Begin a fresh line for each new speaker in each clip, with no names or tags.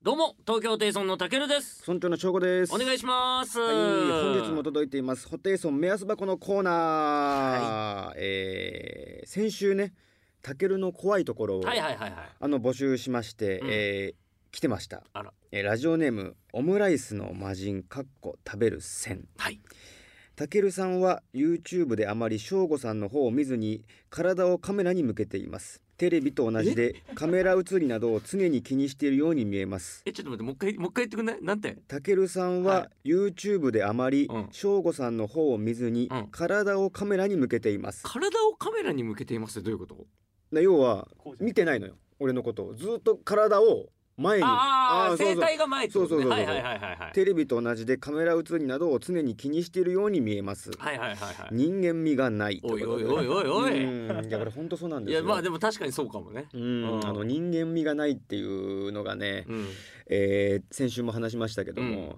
どうも東京テイソンのたけるです
村長の翔吾です
お願いします、
はい、本日も届いていますホテイソン目安箱のコーナー、えー先週ねタケルの怖いところを、
はいはいはいはい
あの募集しまして、
うん
えー来てました
あら
えーラジオネームオムライスの魔人かっこ食べる線
はい
たけるさんは YouTube であまり翔吾さんの方を見ずに体をカメラに向けていますテレビと同じでカメラ映りなどを常に気にしているように見えます
えちょっと待ってもう一回もう一回言ってくんないなんて
たけるさん
は
は YouTube であまり
うん
翔吾さんの方を見ずに
うん
体をカメラに向けています、
体をカメラに向けていますってどういうこと
な要は見てないのよ俺のことをずっと体を前に
あーあ
ー
ー
そ
声
うそう
帯が前ってことね
そうそうそう
は
そ
いうはいはいはいはい
テレビと同じでカメラ映りなどを常に気にしているように見えます、
はいはいはいはい
人間味がない
おいおいおいおいおい
うんいやこれ本当そうなんで
い
すよ
やまあでも確かにそうかもね
うん
うん
あの人間味がないっていうのがね、
うん
えー先週も話しましたけども、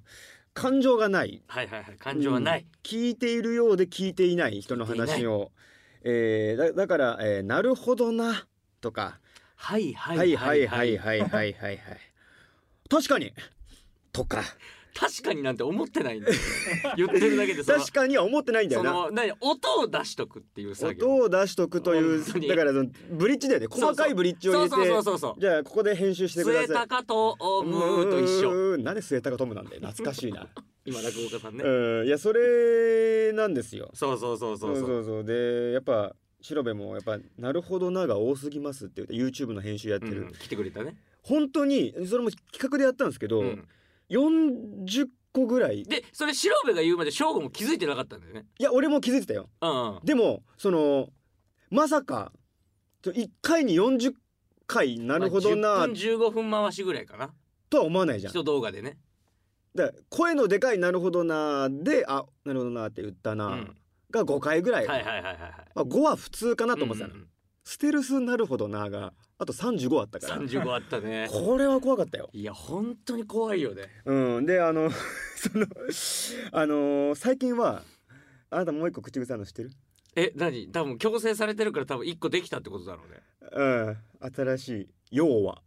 感情がない
はいはいはい感情はない、
うん聞いているようで聞いていない人の話をえーだだから、えーなるほどな」とか
はい
「
は
はいい
は
はいい
は
はいいはいはいはいはい」確かに」とか
確かになんて思ってないんだよ言ってるだけで
「
その
確かに」は思ってないんだよ
そ
な。
の何音を出しとくっていう作業
音を出しとくという
本当に
だからそのブリッジだよね
そうそう
細かいブリッジを入れて
そうそうそうそう
じゃあここで編集してくだ
末
さい。
高とオウムと一緒
緒なんで末高トムなんだよ懐かし いな。
今落語家さんね、
うんいやそれなんですよ。
そうそうそうそ
そ
う
うそう
そう
そうでやっぱ白部もやっぱ「なるほどな」が多すぎますって言って YouTube の編集やってる、
うん来てくれたね、
本当にそれも企画でやったんですけど、
うん
40個ぐらいい
でそれ白部が言うまで翔吾も気づいてなかったんだよね
や俺も気づいてたよ
うんうん
でもそのまさか1回に40回「なるほど
ま
な
あ、10分15分回しぐらいかな」
とは思わないじゃん
一動画でね
だから声のでかい「なるほどな」で「あなるほどな」って言ったな、
うん
が5回ぐら
はい
い、
はいはいはいはい
まあ、5は普通かなと思ってたの、
うんうん
ステルス「なるほどな」があと35あったから
うん35あったね
これは怖かったよ。
いや本当に怖いよね
うん、であの そのあのー最近はあなたもう一個口癖あるの知ってる、
え何多分強制されてるから多分一個できたってことだろうね
うん、新しい「要は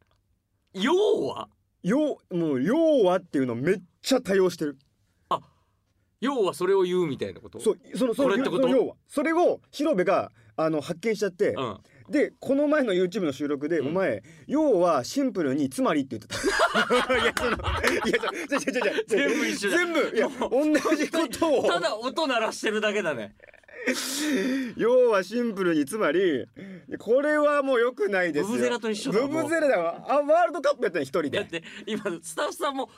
要は」
要もう「要は」っていうのめっちゃ多用してる
要はそれを言うみたいなこと
そうそのその
これってこと
その要はそれを広部があの発見しちゃって、
うん
でこの前の YouTube の収録で「
うん
お前要はシンプルにつまり」って言ってた いやそのいやちょちょちょちょちょ
全部一緒だ
全部いや
も
同じことを
ただ音鳴らしてるだけだね
要はシンプルにつまりこれはもう良くないですよ
ブブゼラと一緒だ
ブブゼラだわあワールドカップやったね一人
だっ
で
て今スタッフさんも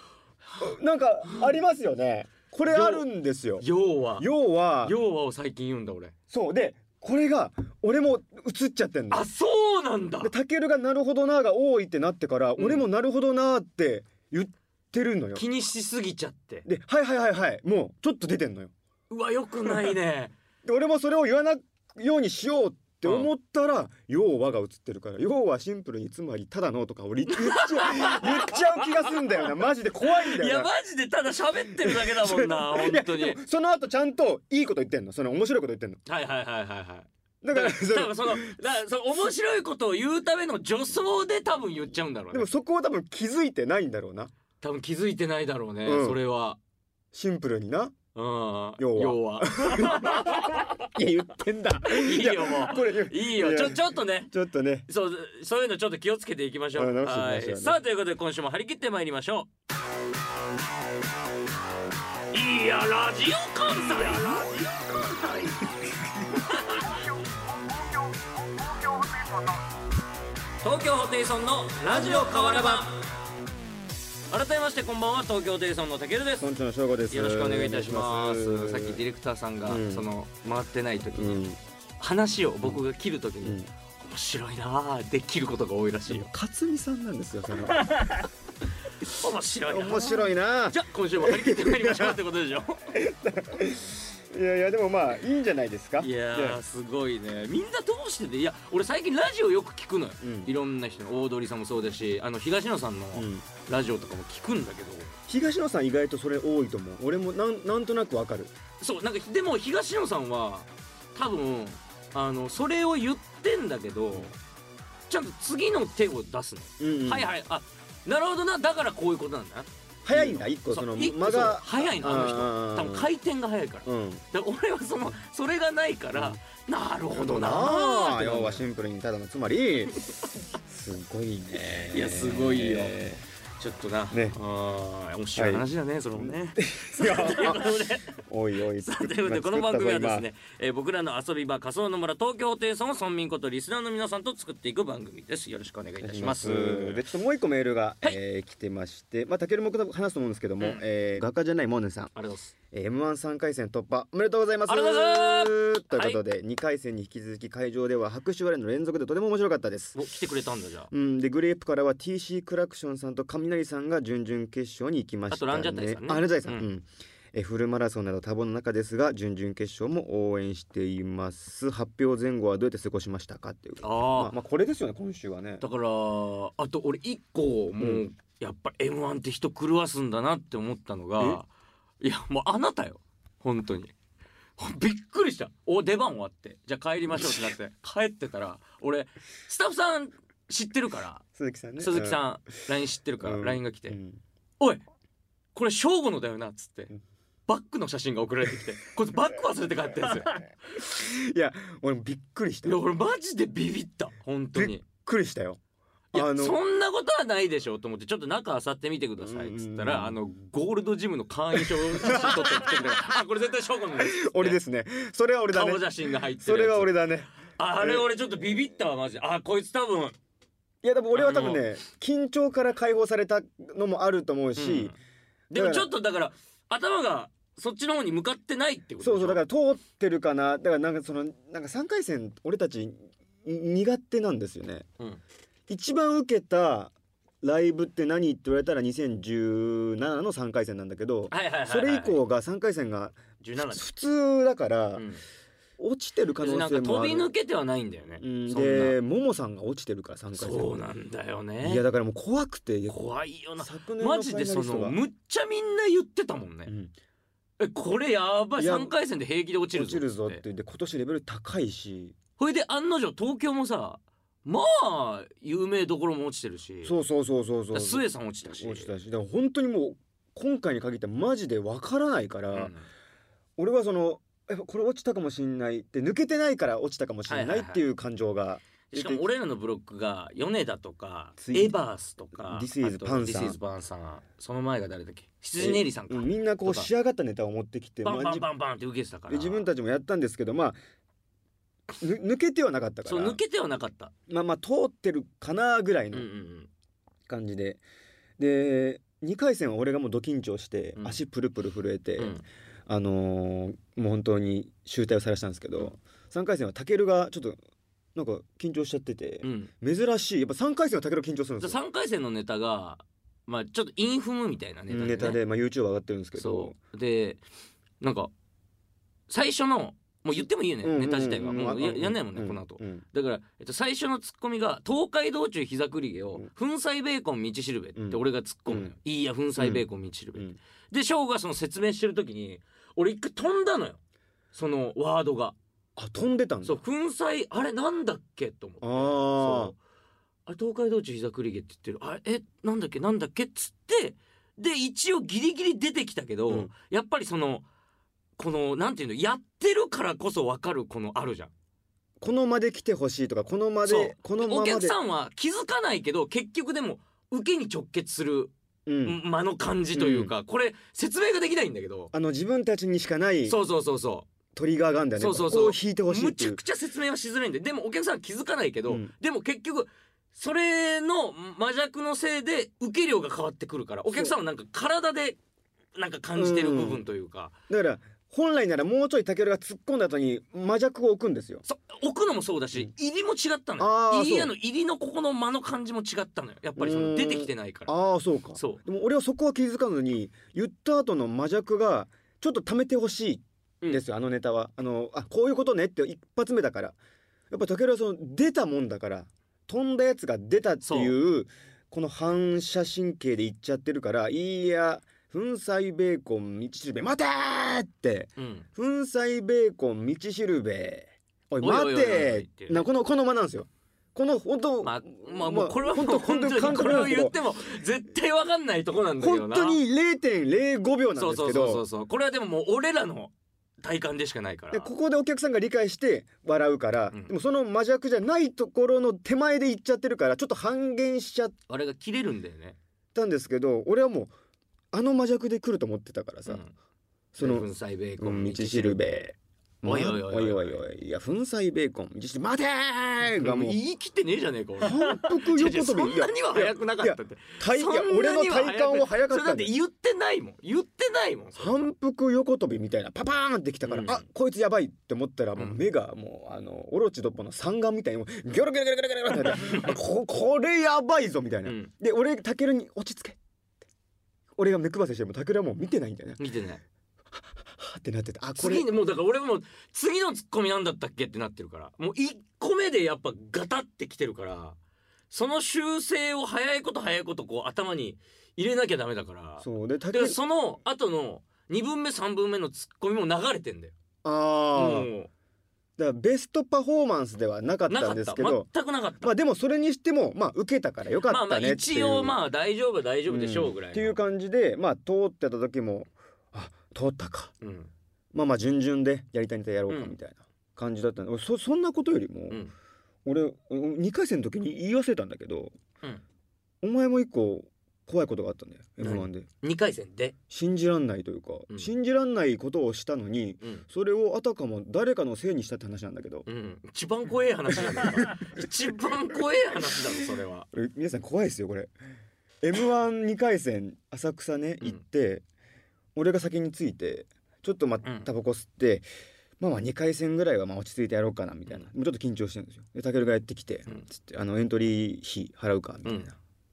なんかありますよねこれあるんですよ
要は
要は
要はを最近言うんだ俺
そうでこれが俺も映っちゃってんの
あそうなんだ
でタケルがなるほどなーが多いってなってから、
うん
俺もなるほどなーって言ってるのよ
気にしすぎちゃって
ではいはいはいはいもうちょっと出てんのよ
うわよくないね
で俺もそれを言わないようにしようって思ったら「要は」が映ってるから「要はシンプルにつまりただの」とか俺言っちゃう言っちゃう気がすんだよなマジで怖 いんだよない
やマジでただ喋ってるだけ だもんな本当に
いや
はい
でもその後ちゃんといいこと言ってんのその面白いこと言ってんの
はいはいはいはい
だ
だか
か
ら
ら
多分そ
その
のだからその面白いことを言うための助走で多分言っちゃうんだろう
で
ね
もそこを多分気づいてないんだろうな
多分気づいてないだろうね、
うん
それは
シンプルにな
うん
要は
はい
や言ってんだ
いいよも
これ
ういいよちょちょっとね
ちょっとね
そうそういうのちょっと気をつけていきましょう。
うん直していきま
は
しょうね
い、さあということで今週も張り切ってまいりましょう。いやラジオ関西。東京ホテイソンのラジオ河原版。改めましてこんばんは東京ホテイソンのたけるです。
村長の翔吾です
よろしくお願いいたします。さっきディレ
ク
クターさんが、
うん
その回ってない時
う
に、
ん
話を僕が切る時に。
うん
面白いなあできることが多いらしいよ
勝美さんなんですよその
面白いなあ
面白い な
じゃあ今週も張り切ってまいりましょうってことでしょ
いやいやでもまあいいんじゃないです か
いやーすごいねみんなどうしてでいや俺最近ラジオよく聞くのよ、
うん
いろんな人の大鳥さんもそうだしあの東野さんの
うん
ラジオとかも聞くんだけど、
東野さん意外とそれ多いと思う俺もなんなんとなくわかる
そうなんかでも東野さんは多分あのそれを言ってんだけどちゃんと次の手を出すの、
うんうん
はいはいあなるほどなだからこういうことなんだな
早いんだ一個
そ
そうの
一個
間
そう
が
早いのあの人
うんうんうん
多分回転が早いからだか
うん
ら俺はそのそれがないからなるほどなー
あ
っ
あ
てなる
要はシンプルにただのつまり すごいね
いやすごいよちょっとな、
ね
あー面白い話だね、 それもね。
いや
ということで
おいおい
さあということでこの番組はですね、えー僕らの遊び場仮想の村東京ホテイソンを村民ことリスナーの皆さんと作っていく番組ですよろしくお願いい
お願
た
い
し
し
ま
ますすでちょっともう一個メールが、
はい
えー来てましてまあたけるもく話すと思うんですけども、
うん
えー画家じゃないモネさん
ありがとうございます
えー M1 三回戦突破おめでとうございます。
ありがとうございます
ということで、二回戦に引き続き会場では拍手割れの連続でとても面白かったです。
お来てくれたんだじゃあ
うん、でグレープからは TC クラクションさんと雷さんが準々決勝に行きました、ね、
あとランジャタイさんね
あランジャタイさん、
う
うんんえフルマラソンなど多忙の中ですが準々決勝も応援しています発表前後はどうやって過ごしましたかっていう
あ
ま
ー
あ、まあこれですよね今週はね
だからあと俺一個もう、
うん
やっぱ m 1って人狂わすんだなって思ったのがいやもうあなたよ本当にほびっくりしたお出番終わってじゃあ帰りましょうって なって帰ってたら俺スタッフさん知ってるから
鈴木さんね
鈴木
ん
さん LINE 知ってるから
うん
LINE が来て
うん
「おいこれ正午のだよな」っつって
ん
バックの写真が送られてきてこいつバック忘れて帰ってんすよ。
いや俺びっくりした
いや
びっ
俺マジでビビった本当に。
くりしたよ
いや
あの
そんなことはないでしょうと思ってちょっと中漁ってみてくださいっつったら、
うん
あのゴールドジムの会員証を写真撮ってきてくれ たあこれ絶対正午のですっつって
俺ですねそれは俺だね
顔写真が入ってる
それは俺
だ
だね
あれ俺ちょっとビビったわマジであこいつ多分
いやでも俺は多分ね緊張から解放されたのもあると思うし、
うんでもちょっとだから頭がそっちの方に向かってないってことでしょ
そうそうだから通ってるかなだからなんかそのなんか3回戦俺たちに苦手なんですよね
うん
一番受けたライブって何って言われたら2017の3回戦なんだけど、
はいはいはいはい
それ以降が3回戦が
17
普通だから、
うん
落ちてる可能性も
な
あ
んか
る
飛び抜けてはないんだよね、
うん
そんな
でももさんが落ちてるから3回戦
そうなんだよね
いやだからもう怖くて
怖いよな
昨年の
マジでそ
ファイ
の
ナリストが
むっちゃみんな言ってたもんね、
うん
えこれやばい
いや
3回戦で平気で落ちる
落
ぞ
ちるぞっ
つ
て言って今年レベル高いし
ほいで案の定東京もさまあ有名どころも落ちてるし
そうそうそうそうそう
スエさん落ちたし
落ちたしだから本当にもう今回に限ってマジでわからないから、
うん
俺はそのやっぱこれ落ちたかもしんないって抜けてないから落ちたかもしん
はいは
ないいっ
はい
ていう感情が、
しかも俺らのブロックが米田とか
つい
エバースとか
This is
あと
パンさん
This is パンさんその前が誰だっけ羊ネリさんか
うみんなことう
か
仕上がったネタを持ってきて
バン
ま
バ
あ
ンバンバンって受けてたから
で自分たちもやったんですけどまあぬ抜けてはなかったか
そう
ら
抜けてはなかった
まあまあ通ってるかなぐらい
うんう
の
んうん
感じで、で2回戦は俺がもうド緊張して、
うん
足プルプル震えて、
うん
あのーもう本当に集大をさらしたんですけど、三3回戦はタケルがちょっとなんか緊張しちゃってて
う、ん
珍しいやっぱ3回戦はタケル緊張するんですよ
3回戦のネタがまあちょっとインフムみたいなネタで,、ね、
ネタで、まあ、YouTube 上がってるんですけど
そうでなんか最初のもう言ってもいいよね、
うんうんうん
ネタ自体はもうや,、
うん
やんないもんね、
う
この後
うん
だから、えっと、最初のツッコミが「東海道中膝栗毛を
うん
粉砕ベーコン道しるべ」って俺が突っ込むのよ
うん
いいや粉砕ベーコン道しるべ」
う
って
ん
で翔がその説明してる時に俺一回飛んだのよそのワードが
あ飛んでたんだ
そう粉砕あれなんだっけと思って
あ
そうあれ東海道中膝栗毛って言ってるあれえなんだっけなんだっけっつってで一応ギリギリ出てきたけど、
うん
やっぱりそのこのなんていうのやってるからこそ分かるこのあるじゃん。
あこの間で来てほしいとかこの間
そう
でこのまま
お
で
客さんは気づかないけど結局でも受けに直結する
うん、
間の感じというか、これ説明ができないんだけど、
あの自分たちにしかない
そうそうそうそ
トリガーがあるんだよね
そうそうそう
ここを引いて
う
ほしいっ
む
て
ち
い
ゃ
う
くちゃ説明はしづらいんででもお客さんは気づかないけど、
うん
でも結局それの魔弱のせいで受け量が変わってくるからお客さんはなんか体でなんか感じてる部分というか、
だから本来ならもうちょいタケルが突っ込んだ後に魔弱を置くんですよ
そ置くのもそうだし、入りも違ったの
あ
よ
ーそう
入り屋の入りのここの間の感じも違ったのよやっぱりそう
ー
の
ん
出てきてないから
ああそうか
そ
でも俺はそこは気づかずに言った後の魔弱がちょっと溜めてほしいんですよ、あのネタはあのあこういうことねって一発目だからやっぱ武尊はその出たもんだから飛んだやつが出たっていうこの反射神経でいっちゃってるからいいや粉砕ベーコン道しるべ待てーって
う、うん、
粉砕ベーコン道しるべおい
おいおいおいおいお
待
いってて
ーなこのこの間なんですよこの本当、
まあまあもうこれはもう
本当
本当に
本当に
これを
簡単なんですけど
言っても絶対わかんないとこなんだけど
本
な
当に0.05秒なん
そう
です
そう
け
そうそ
ど
うそうこれはでももう俺らの体感でしかないから
でここでお客さんが理解して笑うから、
うん
でもその魔弱じゃないところの手前で行っちゃってるからちょっと半減しちゃっ
あれが切れるんだよね
たんですけど俺はもうあの魔弱で来ると思ってたからさ、
うん
その
粉砕ベー
う
コ
ん
ン
道しるべ
おいおいおいおい
おいおいいや粉砕ベーコン道しるべ待てーがもう
言い切ってねえじゃねえか俺
反復
違う
横
違うそ
跳
ん
びい
なには早くなかったって
体いや俺の体感は早かっ
それだ
たん
って
で
言ってないもん言ってないもん
反復横跳びみたいなパパーンってきたから、
うん
あこいつやばいって思ったらもう
うん
目がもうあのオロチドッポの三眼みたいにもうギョロギョロギョロギョロギョロってなってあここれやばいぞみたいな、
うん
で俺タケルに落ち着けって俺が目配せしてもタケルはもう見てないんだよね
見てない
はーってなっててあこれ
次にもうだから俺も次のツッコミなんだったっけってなってるからもう1個目でやっぱガタってきてるからその修正を早いこと早いことこう頭に入れなきゃダメだから
そうでタケ
で
ル
その後の2分目3分目のツッコミも流れてんだよ
あ
も
ー
う
だからベストパフォーマンスではなかっ
な
た
か
ん
っ
です
た
けど
全くなかった
まあでもそれにしてもまあ受けたからよか
まあ
っ
まあ
たねってい
一
う、
応まあ大丈夫大丈夫でしょうぐらいの
っていう感じでまあ通ってた時もあ通ったか
うん
まあまあ順々でやりたいネタやろうか
うん
みたいな感じだったんで、俺そそんなことよりも、
うん
俺うん2回戦の時に言い忘れたんだけど、
うん
お前も一個怖いことがあったんだよ m 1
何
で
2回戦で
信じらんないというか、
うん
信じらんないことをしたのに
うん
それをあたかも誰かのせいにしたって話なんだけど、
うん一番怖え話だろ一番怖え話だろそれは
俺皆さん怖いですよこれ m 1 2回戦浅草ね
うん
行って、俺が先に着いてちょっとまあ
うん
タバコ吸って、まあまあ2回戦ぐらいはまあ落ち着いてやろうかなみたいな、
う
もうちょっと緊張してるんですよでタケルがやってきて、
うん
つってあのエントリー費払うかみた
う
いな、
ん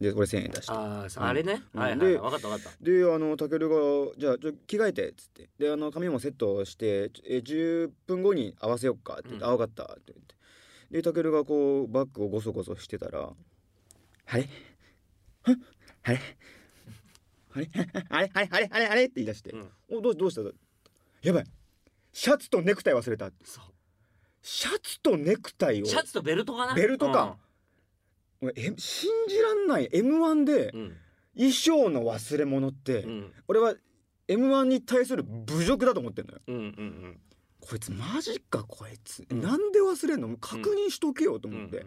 で俺1000円出して
あ
うん
ああれね
うん
はいはい
で
分かった分かっ
であのタケルが「じゃあちょ着替えて」っつってであの髪もセットして「ちょえ10分後に合わせよっか」って言って
う
「
ん
あ分かった」って言ってでタケルがこうバッグをゴソゴソしてたら「あれはあれあれあれあれあれあれあれ?」って言い出して
たうん
「おどうどうした?」やばいシャツとネクタイ忘れた」
そう
シャツとネクタイを
シャツとベルトかな
ベルトか俺え信じらんない m 1で
うん
衣装の忘れ物って、
うん
俺は m 1に対する侮辱だと思ってんのよ
うんうん
こいつマジかこいつ、
うん
なんで忘れんのもう確認しとけよと
うんう
思っ
ん
て、っ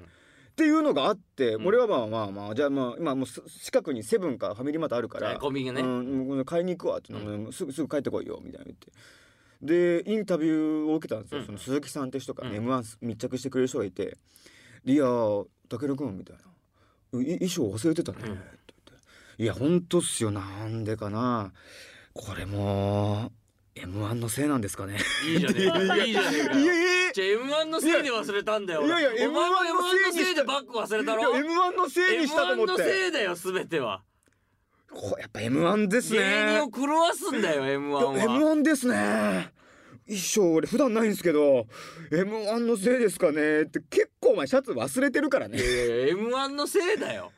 ていうのがあって、
うん
俺はまあまあまあじゃあまあ今もうす近くにセブンかファミリーマートあるから、
はいコンビニ
う
ね
ん、もう買いに行くわってなもうすぐすぐ帰ってこいよみたいな言ってでインタビューを受けたんですよ、
うん
その鈴木さんって人から、ね
うん
m 1密着してくれる人がいて「でいやー武尊君」みたいな「い衣装忘れてたね」
うん
って言って「いやほんとっすよなんでかなこれも m 1のせいなんですかね」
いいじゃねえかいいじゃねえか
い
よ
やいやいや
じゃあ M1 のせいで忘れたんだよ。
いやいや
俺お前
M1 の
も M1
せ
の
いにした
せいでバッグ忘れたろ。
いや M1 のせいにしたと
M1
思っ
の
て
せいだよ、すべては。
こうやっぱ M1 ですね
芸人を狂わすんだよ、M1
いや
は。
M1 ですね衣装俺普段ないんですけど M1 のせいですかねって結構お前シャツ忘れてるから
いや
ね
いやいや M1 のせいだよ。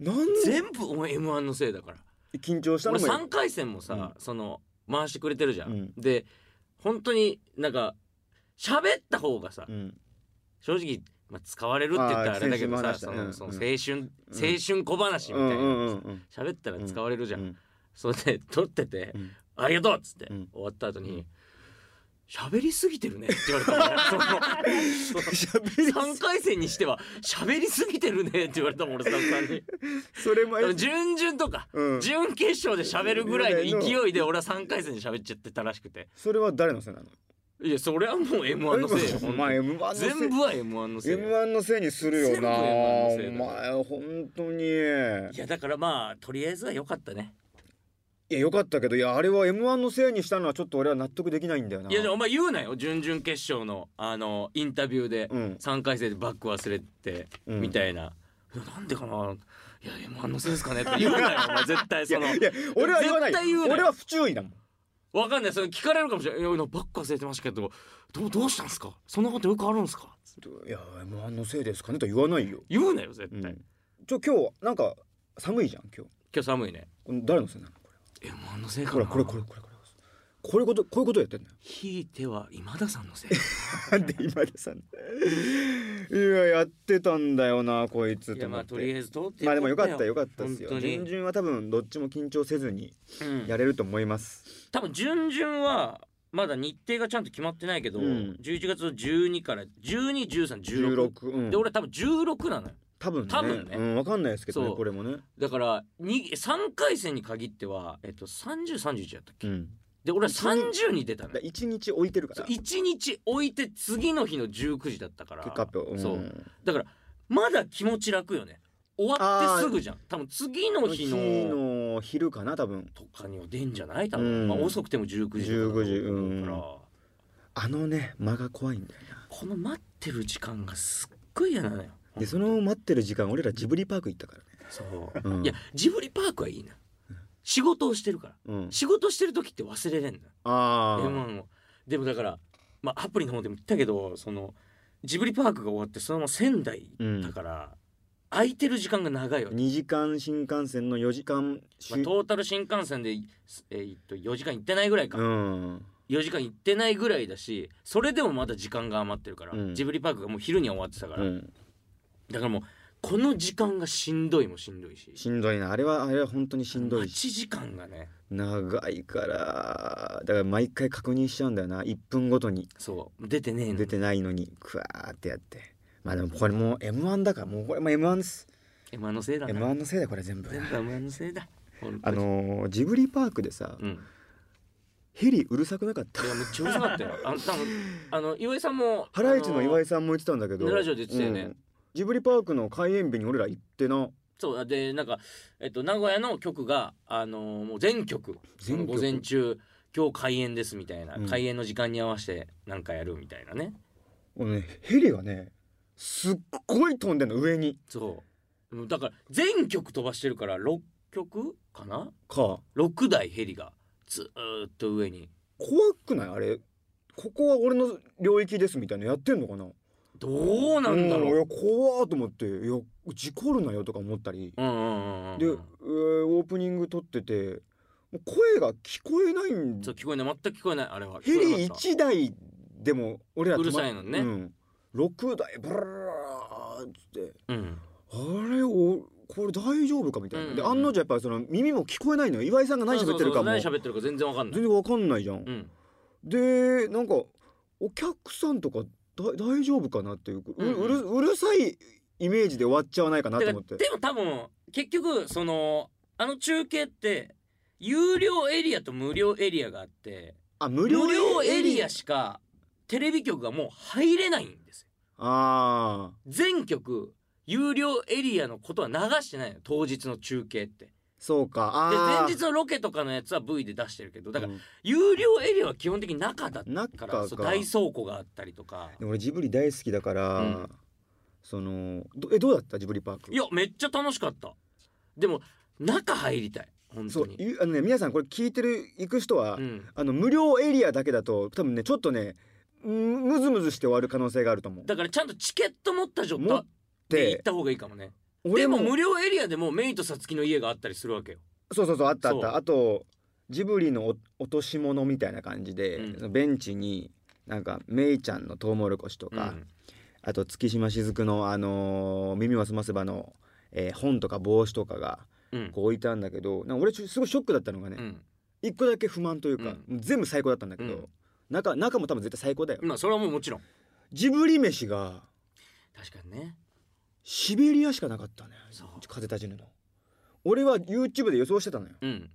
なんで
全部お前 M1 のせいだから。
緊張したの
俺
も
3回戦もさ、
うん
その回してくれてるじゃん。
うん
で本当になんか喋った方がさ、
うん
正直、まあ、使われるって言ったらあれだけど
あ
さ、
ー先週
そ
も話
の
した
その青春、青春小話
ねうんうん
み
う
たい
ん
な。
うんうん
喋ったら使われるじゃん、
うん
それで撮ってて、
うん
ありがとうっつって、
うん
終わった後
う
に
ん
「喋りすぎてるね」って言われた もん俺そのそ
喋り
の3回戦にしては「喋りすぎてるね」って言われたもん俺さんさんに
それも
でも準々とか、
うん
準決勝で喋るぐらいの勢いで俺は3回戦で喋っちゃってたらしくて
それは誰のせいなの
いやそれはもう m 1のせいよ
お前 M1 のせい
全部は m 1のせいよ
M1 のせいにするよ
全部
な
M1 の
お
せいだ
前本当にい
いやだからまあとりあえずは良かったね
やよかったけどいやあれは M1 のせいにしたのはちょっと俺は納得できないんだよない
やでもお前言うなよ準々決勝のあのインタビューで、
うん
3回生でバッグ忘れて、
うん
みたいな。いやなんでかないや M1 のせいですかねって言うなよお 前絶対
い
そ
や
の
いや俺は言わない
絶対言うなよ
俺は不注意だもん
わかんないその聞かれるかもしれないいやバッグ忘れてましたけどどうどうしたんですかそんなことよくあるんですか
いや M1 のせいですかねとは言わないよ
言うなよ絶対、今
ちょ今日なんか寒いじゃん今日
日寒いね
これ誰のせいなのこ
M1 のせい
れ
か
ほ
な
らこれこれこれこれこういうことこういうことやってんだよ
ひいては今田さんのせい
なんで今田さんいややってたんだよなこいつ
い
と
やま
思
あ
っ
と
て
りあえず通って
まあでもよかったよかったですよ
本当に
順々は多分どっちも緊張せずに
うん
やれると思います、
多分準々はまだ日程がちゃんと決まってないけど、
うん
11月の12から121316
16うん
で俺多分16なのよ
多分ね
多分ね
うん、わかんないですけどね
そう
これもね
だから3回戦に限っては、えっと、3031やったっけ、
うん
で俺は30に出たの
だ
よ
1日置いてるから結
1日置いて次の日の19時だったから
果発表、うん、
そうだからまだ気持ち楽よね終わってすぐじゃん多分次の日
日
の
の昼かな多分
とかには出んじゃない多分、
うん
まあ、遅くても19時とかだと思うから、
19あのね間が怖いんだよ
この待ってる時間がすっごい嫌なのよ
なでその待ってる時間俺らジブリパーク行ったからね
そう、
うん
いやジブリパークはいいな仕事をしてるから
うん
仕事してる時って忘れれんのよ
あ
M1 をでもだからまあアプリの方でも言ったけどそのジブリパークが終わってそのまま仙台
うん
だから、空いてる時間が長いわけ、
2時間新幹線の4時間し
まあ、トータル新幹線で、えーっと4時間行ってないぐらいか、
うん
4時間行ってないぐらいだしそれでもまだ時間が余ってるから、
うん
ジブリパークがもう昼には終わってたから、
うん
だからもうこの時間がしんどいもしんどいし
しんどいなあれはあれは本当にしんどいし
8時間がね
長いからだから毎回確認しちゃうんだよな1分ごとに
そう出てねえの
出てないのにクワーってやってまあでもこれもう m 1だからもうこれも m 1です
M1 のせいだ
m
な
1のせいだこれ全部
全部 M1 のせいだ本当
あ
に
のージブリパークでさ
うん
ヘリうるさくなかった
いやめっちゃうるさかったよあの多分あの岩井さんも
ハライチの岩
井
井さんも言ってたんだけど
ラジオで言ってたよね
うんジブリパークの開園日に俺ら行ってな
そうでなんかえっと名古屋の局があのもう全局
全局
午前中今日開演ですみたいな、
うん
開演の時間に合わせてなんかやるみたいなね
俺ねヘリがねすっごい飛んでんの上に
そううんだから全曲飛ばしてるから6曲かな
か
6台ヘリがずーっと上に
怖くないあれここは俺の領域ですみたいなやってんのかな
どうなんだ
うんい
ろう
や怖ーと思っていや事故るなよとか思ったり
うんうんうんうん
で、えーオープニング撮っててもう声が聞こえないん
そう聞こえない全く聞こえないあれは
ヘ
聞こえ
リ
なかった
1台でも俺ら止ま
うるさいのね
うん、6台ブラーっつって
うん
あれおこれ大丈夫かみたいな、
うん
で案の定やっぱりその耳も聞こえないのよ岩井さんが何喋ってるかも
そうそうそう何喋ってるか全然わかんない
全然わかんないじゃん、
うん
でなんかお客さんとかだ大丈夫かなっていうう
うん
うるうるさいイメージで終わっちゃわないかな
だ
と
か
思
ら
って
でも多分結局そのあの中継って有料エリアと無料エリアがあって
あ無
無
料
料エリアしかテレビ局がもう入れないんですよ
ああ
全局有料エリアのことは流してないの当日の中継ってで
そうかあー
前日のロケとかのやつは V で出してるけどだから
うん
有料エリアは基本的に中だっ
中
たか
から
そう大倉庫があったりとか
でも俺ジブリ大好きだから、
うん
そのどえどうだったジブリパーク
いやめっちゃ楽しかったでも中入りたい本
そ
当
う
に
ゆあのね皆さんこれ聞いてる行く人は、
うん
あの無料エリアだけだと多分ねちょっとねうんむずむずして終わる可能性があると思う
だからちゃんとチケット持った状
持っ
態で行ってた方がいいかもねで
俺
も無料エリアでもメイとサツキの家があったりするわけよ
そうそうそうあったあっ
そう
たあとジブリのお落とし物みたいな感じで、
うん
そのベンチになんかメイちゃんのトウモロコシと
う
か、
ん
あと月島雫のあのー耳はすませばの、えー本とか帽子とかが
うん
こう置いたんだけどなんか俺ちょすごいショックだったのがね、
うん
一個だけ不満というか、全部最高だったんだけど、
うん
中中も多分絶対最高だよ、
まあそれはもうもちろん
ジブリ飯が
確かにね
シベリアしかなかったね
そう
風立ちぬの俺は YouTube で予想してたのよ
うん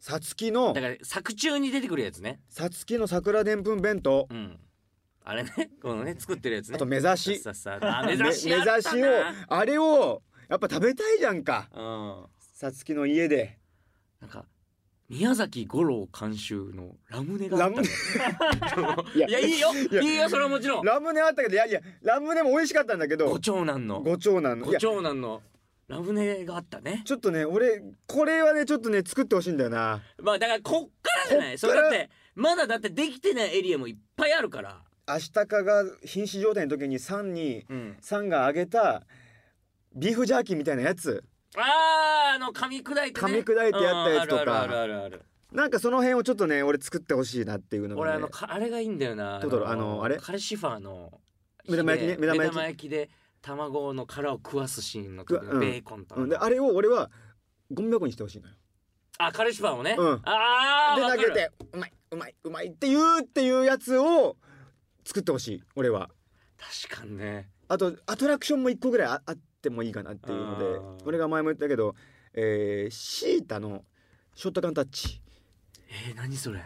さつきの
だから作中に出てくるやつね
さつきの桜でんぷん弁当、
うんあれね このね作ってるやつね
あと目指し
さささあ目
め
指しあったな
目指しをあれをやっぱ食べたいじゃんか
うん
さつきの家で
なんか宮崎五郎監修のラムネがあったね
い や
いやいいよ
や
いいよそれはもちろん
ラムネあったけどいやいやラムネも美味しかったんだけど
ご長男の
ご長男のい
ご
やち
長男のラムネがあったね
ょっとね俺これはねちょっとね作ってほしいんだよな
まあだからこっからじゃない
こ
そ
っか
れ
ら
だってまだだってできてないエリアもいっぱいあるから
明日かが瀕死状態の時にサンに
うん
サンがあげたビーフジャーキーみたいなやつ
あーあの噛み砕いてね
噛み砕いてやったやつとか
うんあるあるあるある
なんかその辺をちょっとね俺作ってほしいなっていうの
俺
が
あ
ね
のかあれがいいんだよな
トトロあのあれ
カルシファーのきで
目玉焼きね
目
目
玉
玉
焼
焼
き
き
で卵の殻を食わすシーンの時
う
の
ん
ベーコンと、
うん、であれを俺はゴミ箱にしてほしいのよ
あ彼氏パンをね、
うん
ああ
で投げてうまいうまいうまいって言うっていうやつを作ってほしい俺は
確かにね
あとアトラクションも一個ぐらいああってもいいかなっていうので
あー
俺が前も言ったけど、えー、シータのショットガンタッチ
えー、何それ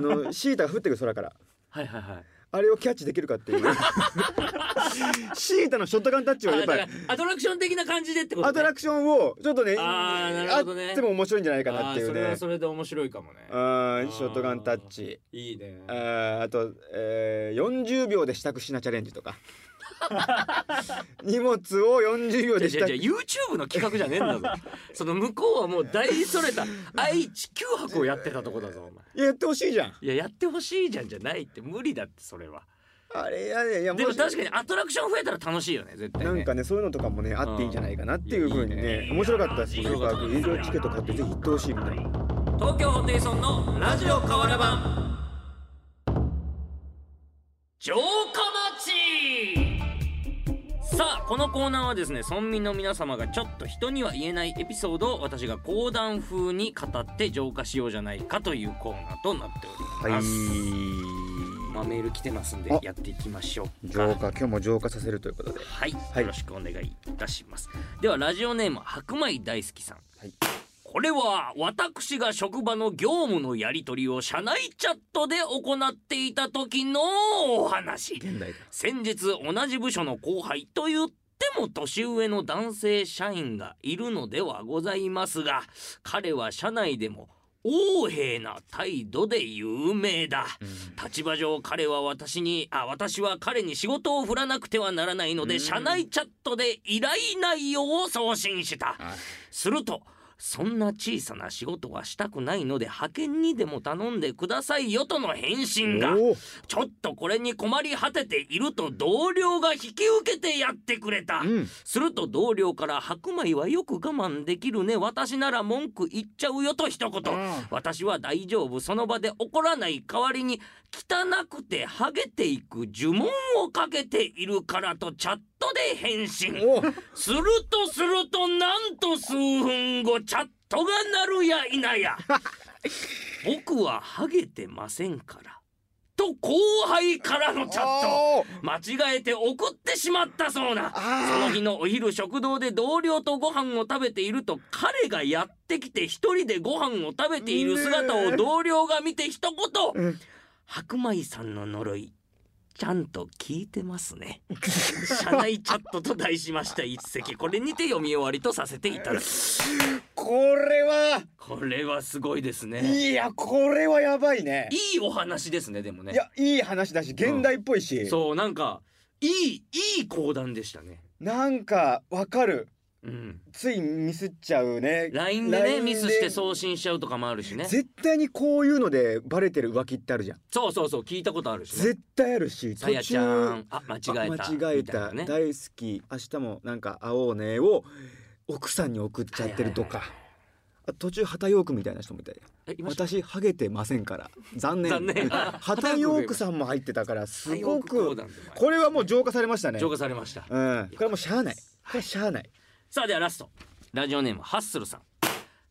のシータが降ってくる空から
はいはいはい
あれをキャッチできるかっていう シータのショットガンタッチはやっぱ
あ
り
だからアトラクション的な感じでってこと、ね、
アトラクションをちょっとね
あーなるほどね
あっても面白いんじゃないかなってい
あー
う
それ
ね
はそれで面白いかもね
う
あ
ん
ー
ショットガンタッチ
いいね
あーあと、えー、40秒で支度しなチャレンジ とか荷物を40秒で支
じゃ
度
じゃ YouTube の企画じゃねえん だぞその向こうはもう大それた愛知九博をやってたとこだぞお前
いややってほしいじゃん
いややってほしいじゃんじゃないって無理だってそれは
あれいやいやいや
でも
し
確かにアトラクション増えたら楽しいよね絶対ね
なんかねそういうのとかもねあっていいんじゃないかなっていうふうに
うんいやいい
ね
ね
面白かったです
い
フ
や
リーパーク有料チケット買ってぜひ行ってほしいみたいな
東京ホテイソンのラジオ河原版城下町さあこのコーナーはですね村民の皆様がちょっと人には言えないエピソードを私が講談風に語って浄化しようじゃないかというコーナーとなってお
は
り
い
ます、まあメール来てますんで
あ
やっていきましょうか
浄化今日も浄化させるということで
はい、
い
よろしくお願いいたしますではラジオネーム白米大好きさん、
はい
これは私が職場の業務のやり取りを社内チャットで行っていた時のお話
現代だ
先日同じ部署の後輩と言っても年上の男性社員がいるのではございますが彼は社内でも横柄な態度で有名だ、立場上彼は私にあ私は彼に仕事を振らなくてはならないので、
うん
社内チャットで依頼内容を送信した
あ
するとそんな小さな仕事はしたくないので派遣にでも頼んでくださいよとの返信が
おお
ちょっとこれに困り果てていると同僚が引き受けてやってくれた、
うん
すると同僚から「白米はよく我慢できるね私なら文句言っちゃうよ」と一言
あ
私は大丈夫その場で怒らない代わりに汚くてハゲていく呪文をかけているからとチャットで返信
おお
するとするとなんと数分後チャットが鳴るや否 や僕はハゲてませんからと後輩からのチャット
おお
間違えて送ってしまったそうなその
あ
日のお昼食堂で同僚とご飯を食べていると彼がやってきて一人でご飯を食べている姿を同僚が見て一
ー
言
うん
「白米さんの呪いちゃんと聞いてますね」社内チャットと題しました一席これにて読み終わりとさせていただきます
これは
これはすごいですね
いやこれはやばいね
いいお話ですねでもね
いやいい話だし現代っぽいし
そうなんかいいいい講談でしたね
なんかわかる
うん
ついミスっちゃうね
LINE でね
LINE
ミスして送信しちゃうとかもあるしね
絶対にこういうのでバレてる浮気ってあるじゃん
そうそうそう聞いたことあるしね
絶対あるし
さやちゃんあ間違えた
あ間違えた
みいなね
大好き明日もなんか会おうねを奥さんに送っちゃってるとか、
はいはい
あ途中旗ヨークみたいな人もいたよ
えいました
私ハゲてませんから残念
残念
旗ヨークさんも入ってたからすごく
こ
これはもう浄化されました
れ
ね
浄化されました
うんこれはもうしゃあないこれはしゃあない
さあではラストラジオネームハッスルさん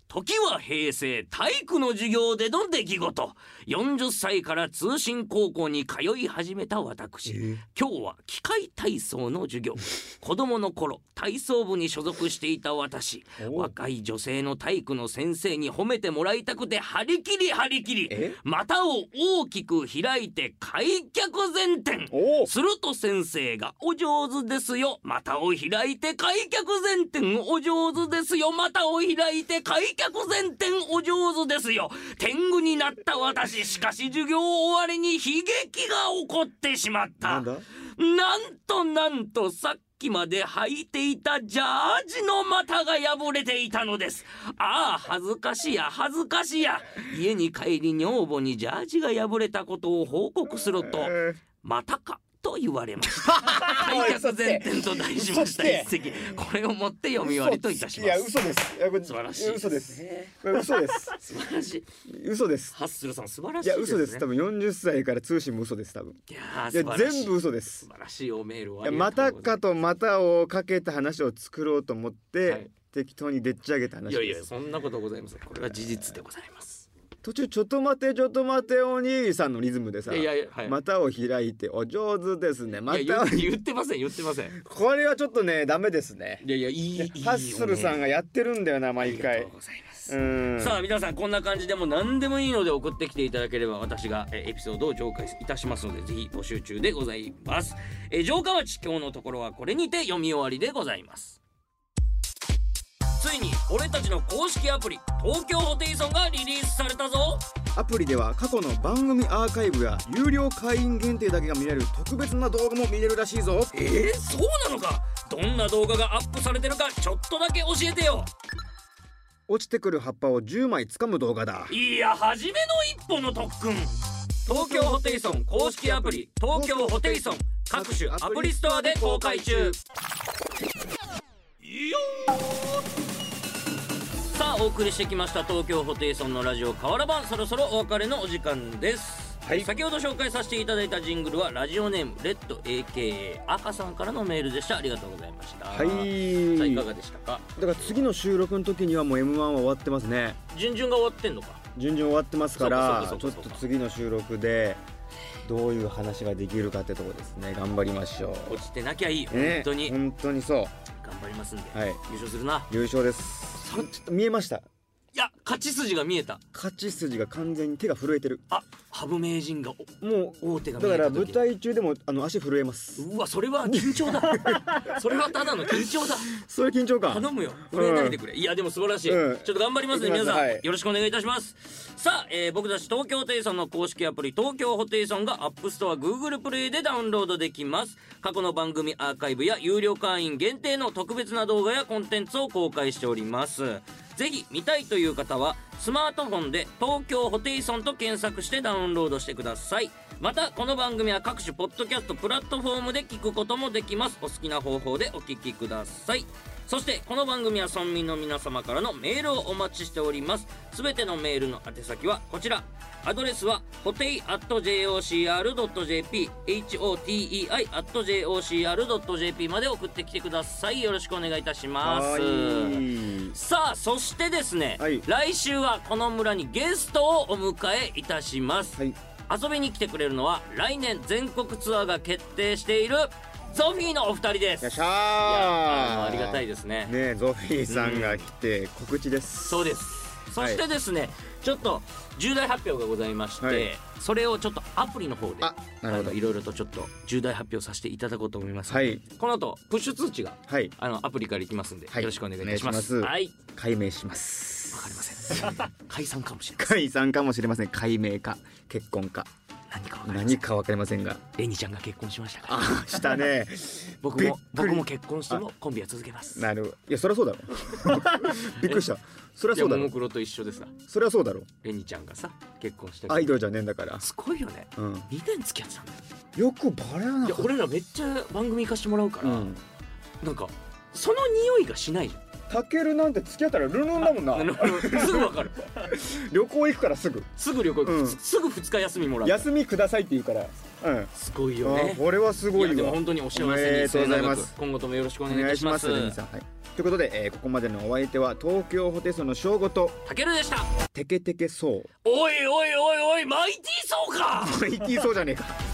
時は平成体育の授業での出来事40歳から通信高校に通い始めた私、今日は機械体操の授業子供の頃体操部に所属していた私
おう
若い女性の体育の先生に褒めてもらいたくて張り切り張り切り
え
股を大きく開いて開脚前転
おお
すると先生が「お上手ですよ股を開いて開脚前転お上手ですよ股を開いて開脚前転お上手ですよ」天狗になった私しかし授業終わりに悲劇が起こってしまった。
なんだ
なんとなんとさっきまで履いていたジャージの股が破れていたのですああ恥ずかしや恥ずかしや家に帰り女房にジャージが破れたことを報告すると「またか」と言われま した開脚前転と題しました一席これをもって読み終わりといたし
い
ま
や
す
嘘です。いやこれ
素晴らしい
嘘です。
ね
これ嘘です。
素晴らしい
嘘です。
ハッスルさん素晴らし
い
いで
や
すね
嘘です。多分40歳から通信も嘘です多分。
いやー
い
素
や
晴らしい
全部嘘です
素。晴らしいおメールを
い
あ
や
り
ま
がと
た
うござい
かとまたをかけた話を作ろうと思って、
はい
適当にでっち上げた
ま
話
すい
で
や
す
いやそんなことございませんこれは事実でございます
途中「ちょっと待てちょっと待てお兄さん」のリズムで
い
さ
やいやいやはい
またを開いて「お上手ですね」ま
いや
たを
言言ってません言ってません
これはちょっとねダメですね
いやいやいいいい
ハッスルさんがやってるんだよな毎
あり
回
がとうございます
うん
さあ皆さんこんな感じでも何でもいいので送ってきていただければ私がえーエピソードを紹介いたしますのでぜひ募集中でございますえー城下町今日のところはこれにて読み終わりでございますついに俺たちの公式アプリ東京ホテイソンがリリースされたぞ
アプリでは過去の番組アーカイブや有料会員限定だけが見れる特別な動画も見れるらしいぞ
えー、そうなのかどんな動画がアップされてるかちょっとだけ教えてよ
落ちてくる葉っぱを10枚掴む動画だ
いや初めの一歩の特訓東京ホテイソン公式アプリ東京ホテイソン各種アプリストアで公開中いいよーさあお送りしてきました東京ホテイソンのラジオ河原版そろそろお別れのお時間です、
はい
先ほど紹介させていただいたジングルはラジオネームレッド AKA 赤さんからのメールでしたありがとうございました
はい
さあいかがでしたか
だから次の収録の時にはもう M1 は終わってますね
順々が終わってんのか
順々終わってますから
そう
ち
かそ
ょ
うか
っ
そうか
と次の収録でどういう話ができるかってとこですね頑張りましょ
落ちてなきゃいいよ、
うね
本当に頑
本当にそう
張りますんで、
はい
優勝するな
優勝ですちょっと見えました
いや勝ち筋が見えた
勝ち筋が完全に手が震えてる
あ羽生名人が
も
お王手が
う
見
だ
え
から
た
舞
時
台中でもあの足震えます
うわそれは緊張だそれはただの緊張だ
それ緊張感
頼むよ触れないでくれ、いやでも素晴らしい、
うん
ちょっと頑張りますね
行き
皆さ
ます
ん、
はい
よろしくお願いいたしますさあ、えー僕たち東京ホテイソンの公式アプリ東京ホテイソンがアップストア Google プレイでダウンロードできます過去の番組アーカイブや有料会員限定の特別な動画やコンテンツを公開しておりますぜひ見たいという方はスマートフォンで東京ホテイソンと検索してダウンロードしてくださいまたこの番組は各種ポッドキャストプラットフォームで聞くこともできますお好きな方法でお聞きくださいそしてこの番組は村民の皆様からのメールをお待ちしておりますすべてのメールの宛先はこちらアドレスはホテイ .jocr.jp hotei .jocr.jp まで送ってきてくださいよろしくお願いいたします
はーい
さあそしてですね、
はい
来週はこの村にゲストをお迎えいたします、
はい
遊びに来てくれるのは来年全国ツアーが決定しているゾフィーのお二人です
よっしゃー
いやあのありがたいですね
ねえゾフィーさんが来て告知です
そうですそしてですね、ちょっと重大発表がございまして、
はい
それをちょっとアプリの方で
あなるほど
あのいろいろとちょっと重大発表させていただこうと思います、
はい
この後プッシュ通知が
はい
あのアプリからいきますんで、
はい
よろしくお願いいたします
お願
はい
解明します
わかりません解散かもしれない
解散かもしれません解明か結婚か
何かわかりませ
何
ん
か分かりませんが
レニちゃんが結婚しましたから
あし たね
僕
びっ
も
くり
僕も結婚してもコンビは続けます
なるいやそり ゃそうだろびっくりしたそりゃ
いや
そう
も
だ
も
ろ
クロと一緒でさ
そりゃそうだろ
レニちゃんがさ結婚して
アイドルじゃねえんだから
すごいよね
うん
2年付き合ってたんだよ
よくバレないか
や
った
俺らめっちゃ番組行かしてもらうから、
うん
なんかその匂いがしないじゃん
タケルなんて付き合ったらルンルンだもん
あの
な
すぐわ かる
旅行行くからすぐ
すぐ旅行行く、
うん
すすぐ2日休みもらう
休みくださいって言うからうん
すごいよ
あ
ね
これはすご
いや
い
でも
わ
本当にお幸
お
せ
め
に
でと
末
うございま
永
す
く今後ともよろしくお
お
願いい
願
た
い
し
し
ま
ますすレミさんはいということで、えーここまでのお相手は東京ホテイソンの翔吾と
たけるでした
テケテケそう
おいおいおいおいマイティーソーか
マイティーそうじゃねえか